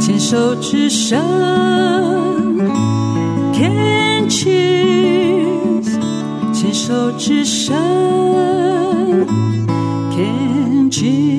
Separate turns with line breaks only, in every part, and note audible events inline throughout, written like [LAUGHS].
牵手之声，Can cheers，牵手之声，Can cheers。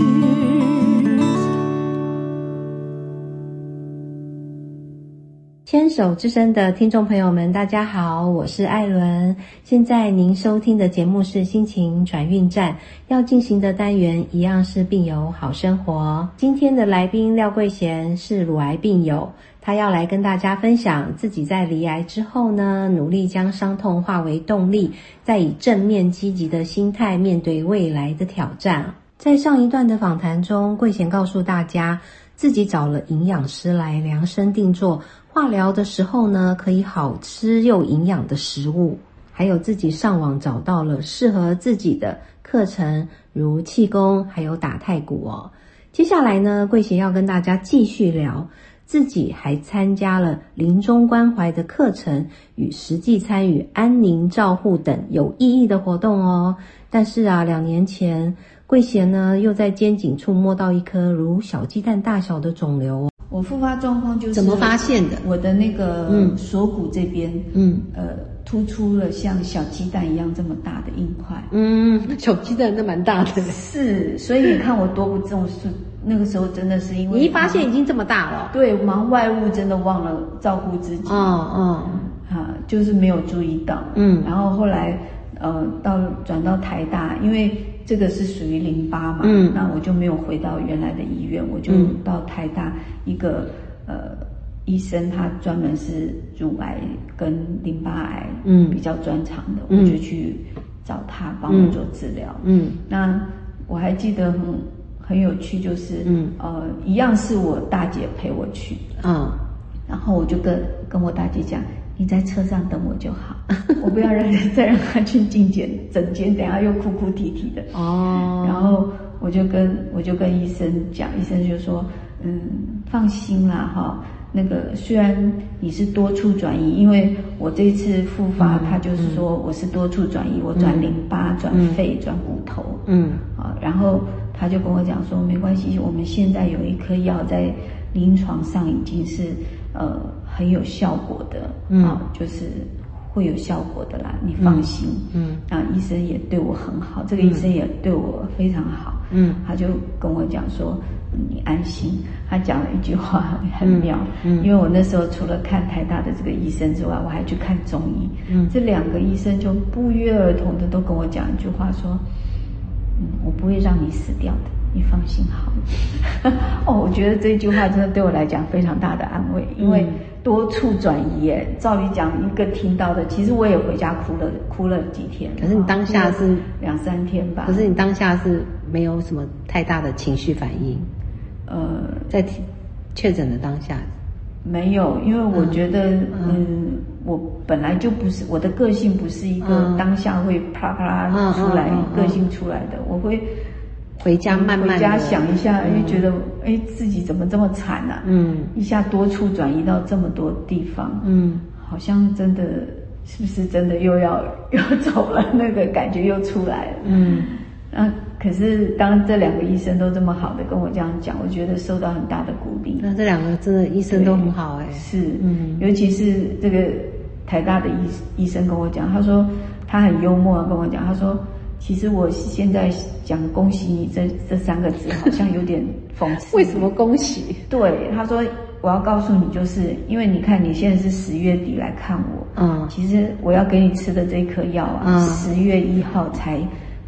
牵手之声的听众朋友们，大家好，我是艾伦。现在您收听的节目是心情转运站，要进行的单元一样是病友好生活。今天的来宾廖桂贤是乳癌病友，他要来跟大家分享自己在离癌之后呢，努力将伤痛化为动力，再以正面积极的心态面对未来的挑战。在上一段的访谈中，桂贤告诉大家，自己找了营养师来量身定做化疗的时候呢，可以好吃又营养的食物，还有自己上网找到了适合自己的课程，如气功还有打太鼓哦。接下来呢，桂贤要跟大家继续聊，自己还参加了临终关怀的课程与实际参与安宁照护等有意义的活动哦。但是啊，两年前桂贤呢又在肩颈处摸到一颗如小鸡蛋大小的肿瘤哦。
我复发状况就是
怎么发现的
我的那个
嗯
锁骨这边，
嗯
呃，突出了像小鸡蛋一样这么大的硬块。
嗯，小鸡蛋那蛮大的，
是，所以你看我多不重视，那个时候真的是因为
[LAUGHS] 你一发现已经这么大了。
对忙外务，真的忘了照顾自己，哈、
哦
就是没有注意到。
嗯
然后后来呃，到转到台大，因为这个是属于淋巴嘛，
嗯
那我就没有回到原来的医院，我就
嗯
到台大一个呃医生，他专门是乳癌跟淋巴癌
嗯
比较专长的，
嗯
我就去找他帮我做治疗。
嗯
那我还记得很很有趣，就是
嗯
呃，一样是我大姐陪我去，
嗯啊
然后我就跟跟我大姐讲，你在车上等我
[LAUGHS]
就好，我不要让人再让她去进检整间，等下又哭哭啼啼的。
哦，
然后我就跟我就跟医生讲，医生就说，嗯，放心啦哈，那个虽然你是多处转移，因为我这次复发，
嗯
他就是说我是多处转移，我转淋巴、转肺、转骨头，
嗯
啊，然后他就跟我讲说，没关系，我们现在有一颗药在临床上已经是呃很有效果的，
嗯
啊，就是会有效果的啦，你放心。
嗯
啊，医生也对我很好，这个医生也对我非常好。
嗯
他就跟我讲说，嗯你安心。他讲了一句话很很妙，
嗯
因为我那时候除了看台大的这个医生之外，我还去看中医。
嗯
这两个医生就不约而同的都跟我讲一句话说，嗯，我不会让你死掉的，你放心好了。 [LAUGHS] 哦，我觉得这句话真的对我来讲非常大的安慰，因为
嗯
多处转移耶。照理讲，一个听到的，其实我也回家哭了，哭了几天。哦
可是你当下是
哭了两三天吧？
可是你当下是没有什么太大的情绪反应，
呃，
在体确诊的当下，
没有，因为我觉得，
嗯
嗯，我本来就不是我的个性，不是一个
嗯
当下会啪啪
嗯嗯
啦出来、
嗯嗯
个性出来的，我会嗯
回家慢慢地
回家想一下，
嗯
又觉得哎自己怎么这么惨啊？
嗯
一下多处转移到这么多地方，
嗯
好像真的是不是真的又要 [LAUGHS] 又走了，那个感觉又出来了。
嗯
那可是当这两个医生都这么好的跟我这样讲，我觉得受到很大的鼓励。
那这两个真的医生都很好哎、
是，
嗯
嗯，尤其是这个台大的医医生跟我讲，他说他很幽默地跟我讲，他说其实我现在讲恭喜你这这三个字，好像有点讽刺。
为什么恭喜？
对，他说我要告诉你，就是因为你看你现在是十月底来看我，
嗯
其实我要给你吃的这颗药啊
嗯，
十、月一号才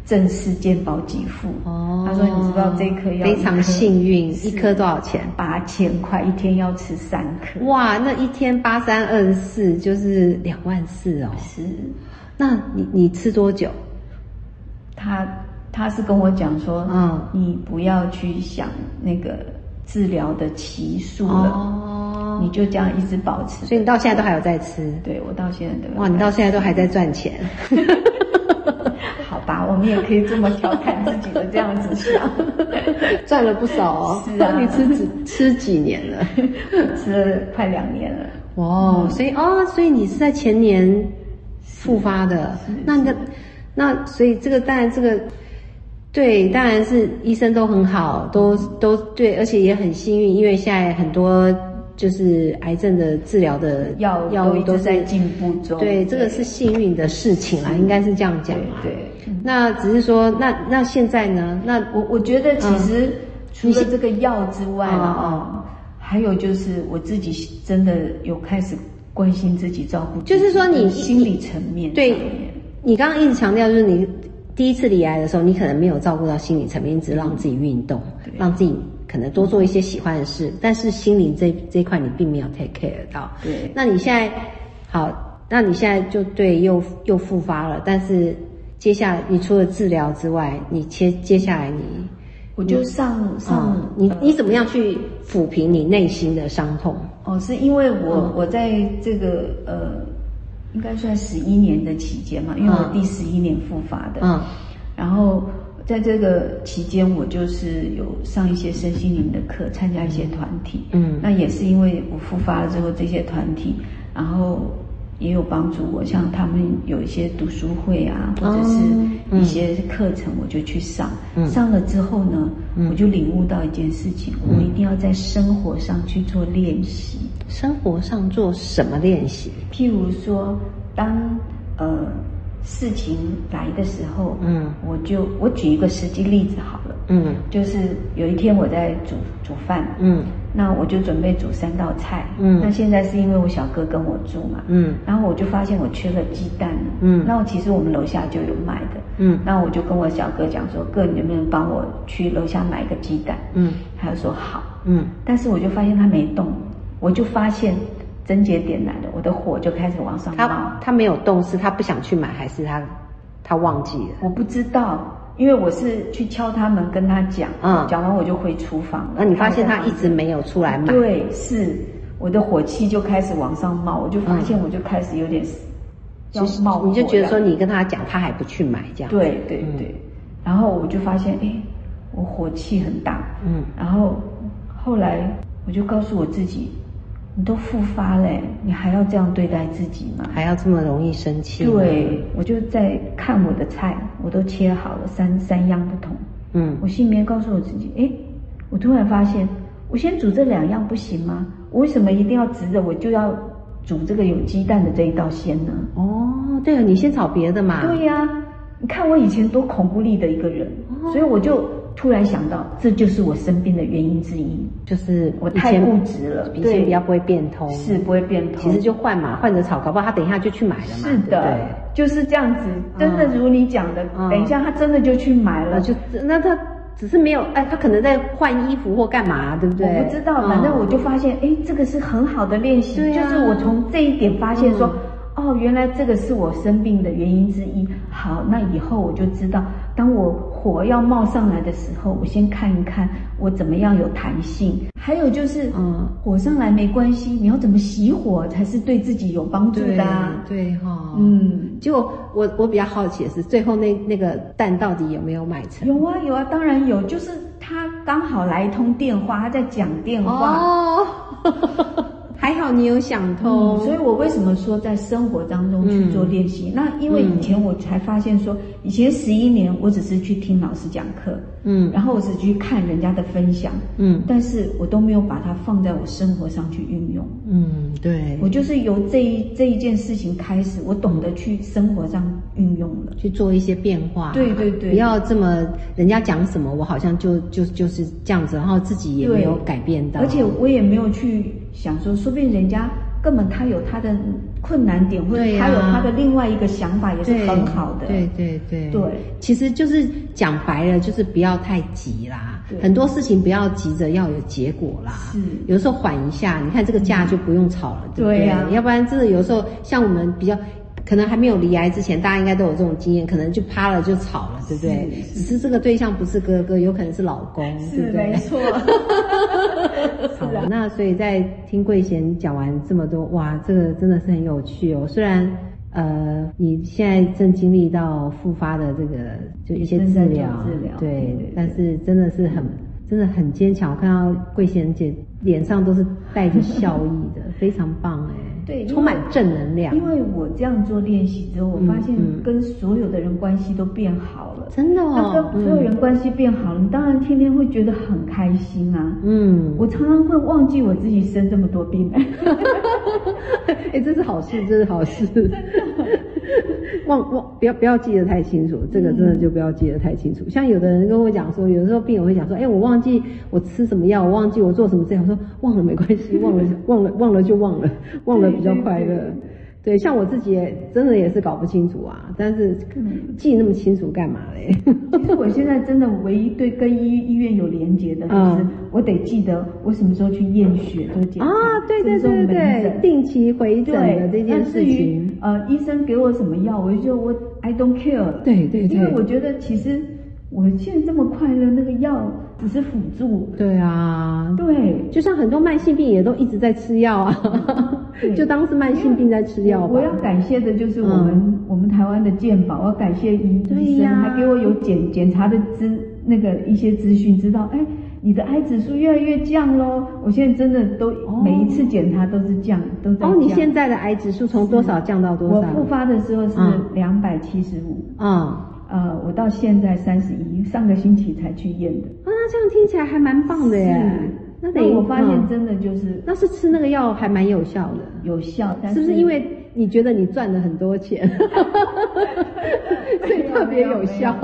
正式健保给付。
哦
他说你知道这颗药
非常幸运一颗多少钱
八千块，一天要吃三颗。
哇，那一天八三二十四就是两万四哦。
是，
那你你吃多久？
他他是跟我讲说，
嗯
你不要去想那个治疗的期数了，你
哦，
就这样一直保持。
所以你到现在都还有在吃。
对我到现在都
哇，你到现在都还在赚钱。
[LAUGHS] 好吧，我们也可以这么调侃自己的这样子
[LAUGHS]
想，
赚了不少哦。
是
[LAUGHS]
啊
你吃几吃几年了？
吃了快两年了。
哇、
嗯
哦，所以哦，所以你是在前年复发的，那那那，所以这个当然这个。对，当然是医生都很好，都都对，而且也很幸运，因为现在很多就是癌症的治疗的
药
药
都
物
一
都
直
是
在进步中。嗯
对，这个是幸运的事情啦，应该是这样讲
对
啦。
对。
那只是说，那那现在呢？那
我我觉得其实除
嗯你
了
是
这个药之外了
哦
哦，还有就是我自己真的有开始关心自己，照顾自己，
就是说你
心理层面
对
上面
你刚刚一直强调，就是你第一次离癌的时候，你可能没有照顾到心理层面，只是让自己运动，
对
让自己可能多做一些喜欢的事，但是心灵这这一块你并没有 take care 到。
对
那你现在好，那你现在就对又又复发了，但是接下来你除了治疗之外，你接接下来你
我就上上
嗯你你怎么样去抚平你内心的伤痛？
哦，是因为
嗯
我我在这个呃，应该算十一年的期间嘛，因为我
嗯
第十一年复发的，
嗯，
然后在这个期间，我就是有上一些身心灵的课，参加一些团体。
嗯
那也是因为我复发了之后，这些团体，然后也有帮助我，像他们有一些读书会啊，或者是一些课程，我就去上。
哦嗯
上了之后呢，我就领悟到一件事情，我一定要在生活上去做练习。
生活上做什么练习？
譬如说，当呃事情来的时候，
嗯，
我就我举一个实际例子好了，
嗯
就是有一天我在煮煮饭，，
嗯
那我就准备煮三道菜，
嗯
那现在是因为我小哥跟我住嘛，
嗯
然后我就发现我缺了鸡蛋了，
嗯
那我其实我们楼下就有卖的，
嗯
那我就跟我小哥讲说，哥你能不能帮我去楼下买个鸡蛋？
嗯
他就说好，
嗯
但是我就发现他没动，我就发现症结点来了，我的火就开始往上冒
他。他没有动，是他不想去买，还是他他忘记了？
我不知道，因为我是去敲他门跟他讲，
嗯
讲完我就回厨房了。
那你发现他
在
一直没有出来买？
对，是我的火气就开始往上冒，我就发现我就开始有点要
就是
冒火
嗯
了，
你就觉得说你跟他讲，他还不去买这样？，
对对
嗯
对，然后我就发现，哎，我火气很大，
嗯
然后后来我就告诉我自己，你都复发嘞，你还要这样对待自己吗？
还要这么容易生气？，
对，我就在看我的菜，我都切好了三三样不同，
嗯
我心里面告诉我自己，哎，我突然发现，我先煮这两样不行吗？我为什么一定要直着我就要煮这个有鸡蛋的这一道先呢？
哦，对了，你先找别的嘛。
对呀、你看我以前多恐怖力的一个人，
哦
所以我就突然想到，这就是我生病的原因之一。
就是
我
以
太
前
固执了，
以前比较不会变通，
对是不会变通，
其实就换嘛，换着炒，搞不好他等一下就去买了嘛。
是
对不
的
对，
就是这样子。真的如你讲的，
嗯
等一下他真的就去买了，
那就那他只是没有，哎，他可能在换衣服或干嘛，对不对？嗯
我不知道，反正我就发现，哎、这个是很好的练习，
对啊
就是我从这一点发现说，哦，原来这个是我生病的原因之一。好，那以后我就知道，当我火要冒上来的时候，我先看一看我怎么样有弹性。还有就是，
嗯
嗯，火上来没关系，你要怎么熄火才是对自己有帮助
对
的、啊。
对哈，
嗯，
结果我我比较好奇的是，最后那那个蛋到底有没有买成？
有啊有啊，当然有，就是他刚好来一通电话，他在讲电话。
哦，
[LAUGHS]
还好你有想通，
嗯，所以我为什么说在生活当中去
嗯
做练习？那因为以前我才发现说，以前十一年我只是去听老师讲课，
嗯
然后我只去看人家的分享，
嗯
但是我都没有把它放在我生活上去运用。
嗯，对
我，就是由这一这一件事情开始，我懂得去生活上运用了。
去做一些变化，
对对对
不要这么人家讲什么，我好像就就就是这样子，然后自己也没有改变到，
而且我也没有去想说，说不定人家根本他有他的困难点，或者
对呀
他有他的另外一个想法，也是
对
很好的。
对对对
对
其实就是讲白了，就是不要太急啦
对，
很多事情不要急着要有结果啦。
是
有时候缓一下，你看这个架就不用吵了，对不
对
对？
呀
要不然真的有时候像我们比较。可能还没有离癌之前，大家应该都有这种经验，可能就趴了就吵了，对不对？只
是
是这个对象不是哥哥，有可能是老公，对
是
不对？
没错。
好，那所以在听桂贤讲完这么多，哇，这个真的是很有趣哦。虽然呃，你现在正经历到复发的这个就一些
也正
治
在
疗
做，治疗嗯
对，
对对对
但是真的是很真的
[LAUGHS]
很坚强。我看到桂贤姐脸上都是带着笑意的，非常棒哎。
对
充满正能量，
因为我这样做练习之后，我发现
嗯嗯
跟所有的人关系都变好了。
真的
那
哦，
跟所有人关系变好了，你当然天天会觉得很开心啊。
嗯，
我常常会忘记我自己生这么多病，
[LAUGHS] 哎、这是好事，这是好
[LAUGHS]
事。 [LAUGHS] 忘忘不要不要记得太清楚，这个真
嗯
的就不要记得太清楚。像有的人跟我讲说，有的时候病友会讲说，哎、我忘记我吃什么药，我忘记我做什么治疗，我说忘了没关系，忘了忘了忘了就忘了，忘了比较快乐
对对。
对，像我自己也真的也是搞不清楚啊，但是
嗯
记那么清楚干嘛
[LAUGHS]
嘞？
其实我现在真的唯一对跟医医院有连接的，就是
嗯
我得记得我什么时候去验血做检查
啊，对对
什么
对对
时候门诊
对，定期回诊
对
的这件
那
事
至于
情，
呃，医生给我什么药，我就觉得我 I don't care。
对对对
因为我觉得其实我现在这么快乐，那个药只是辅助。
对啊，
对，
就像很多慢性病也都一直在吃药啊，
对
就当是慢性病在吃药吧。嗯
我要感谢的就是我们、我们台湾的健保，我要感谢医
对
医生，
呀
还给我有检检查的资那个一些资讯，知道哎。你的癌指数越来越降喽！我现在真的都、
哦
每一次检查都是降，都在降。
哦，你现在的癌指数从多少降到多
我
少？
复发的时候是
嗯
两百七十五，
啊、
呃，我到现在三十一，上个星期才去验的。
啊，那这样听起来还蛮棒的耶。那
那
等于
我发现
嗯
真的就是
那是吃那个药还蛮有效的，
有效，但
是不是因为你觉得你赚了很多
[LAUGHS]
钱，所以特别有效，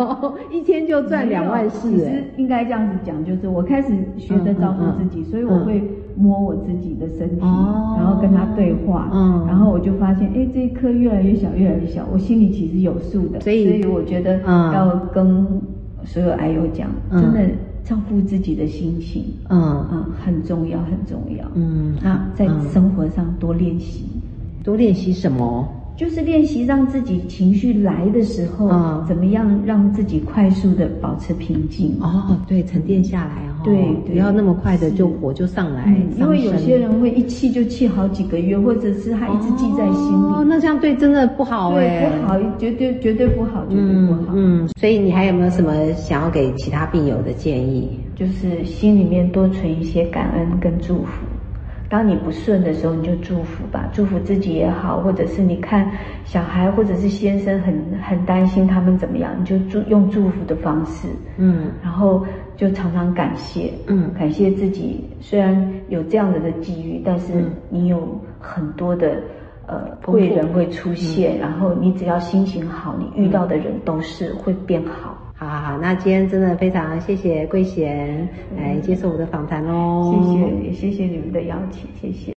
一天就赚两万四
其
哎
实。应该这样子讲，就是我开始学着照顾自己，
嗯嗯嗯
所以我会摸我自己的身体，
哦
然后跟他对话，
嗯
然后我就发现，哎，这一颗越来越小，越来越小，我心里其实有数的，
所以
我觉得
嗯
要跟所有癌友讲，
嗯
真的照顾自己的心情，
嗯
嗯，很重要，很重要。
嗯，
那在
嗯
生活上多练习，
多练习什么？
就是练习让自己情绪来的时候，
嗯
怎么样让自己快速的保持平静。
哦，对，沉淀下来哦，
对对
不要那么快的就火就上来，
嗯因为有
上升
些人会一气就气好几个月，或者是他一直记在心里，
哦，那这样对真的不好哎、
对，不好，绝对绝对不好，绝对不
嗯
好。
嗯，所以你还有没有什么想要给其他病友的建议？
就是心里面多存一些感恩跟祝福。当你不顺的时候，你就祝福吧，祝福自己也好，或者是你看小孩或者是先生很很担心他们怎么样，你就祝用祝福的方式，
嗯
然后就常常感谢，
嗯
感谢自己虽然有这样子的际遇，但是你有很多的呃
嗯丰富嗯
贵人会出现，然后你只要心情好，你遇到的人都是会变好。
好好好，那今天真的非常谢谢桂贤来接受我的访谈哦，
谢谢，也谢谢你们的邀请，谢谢。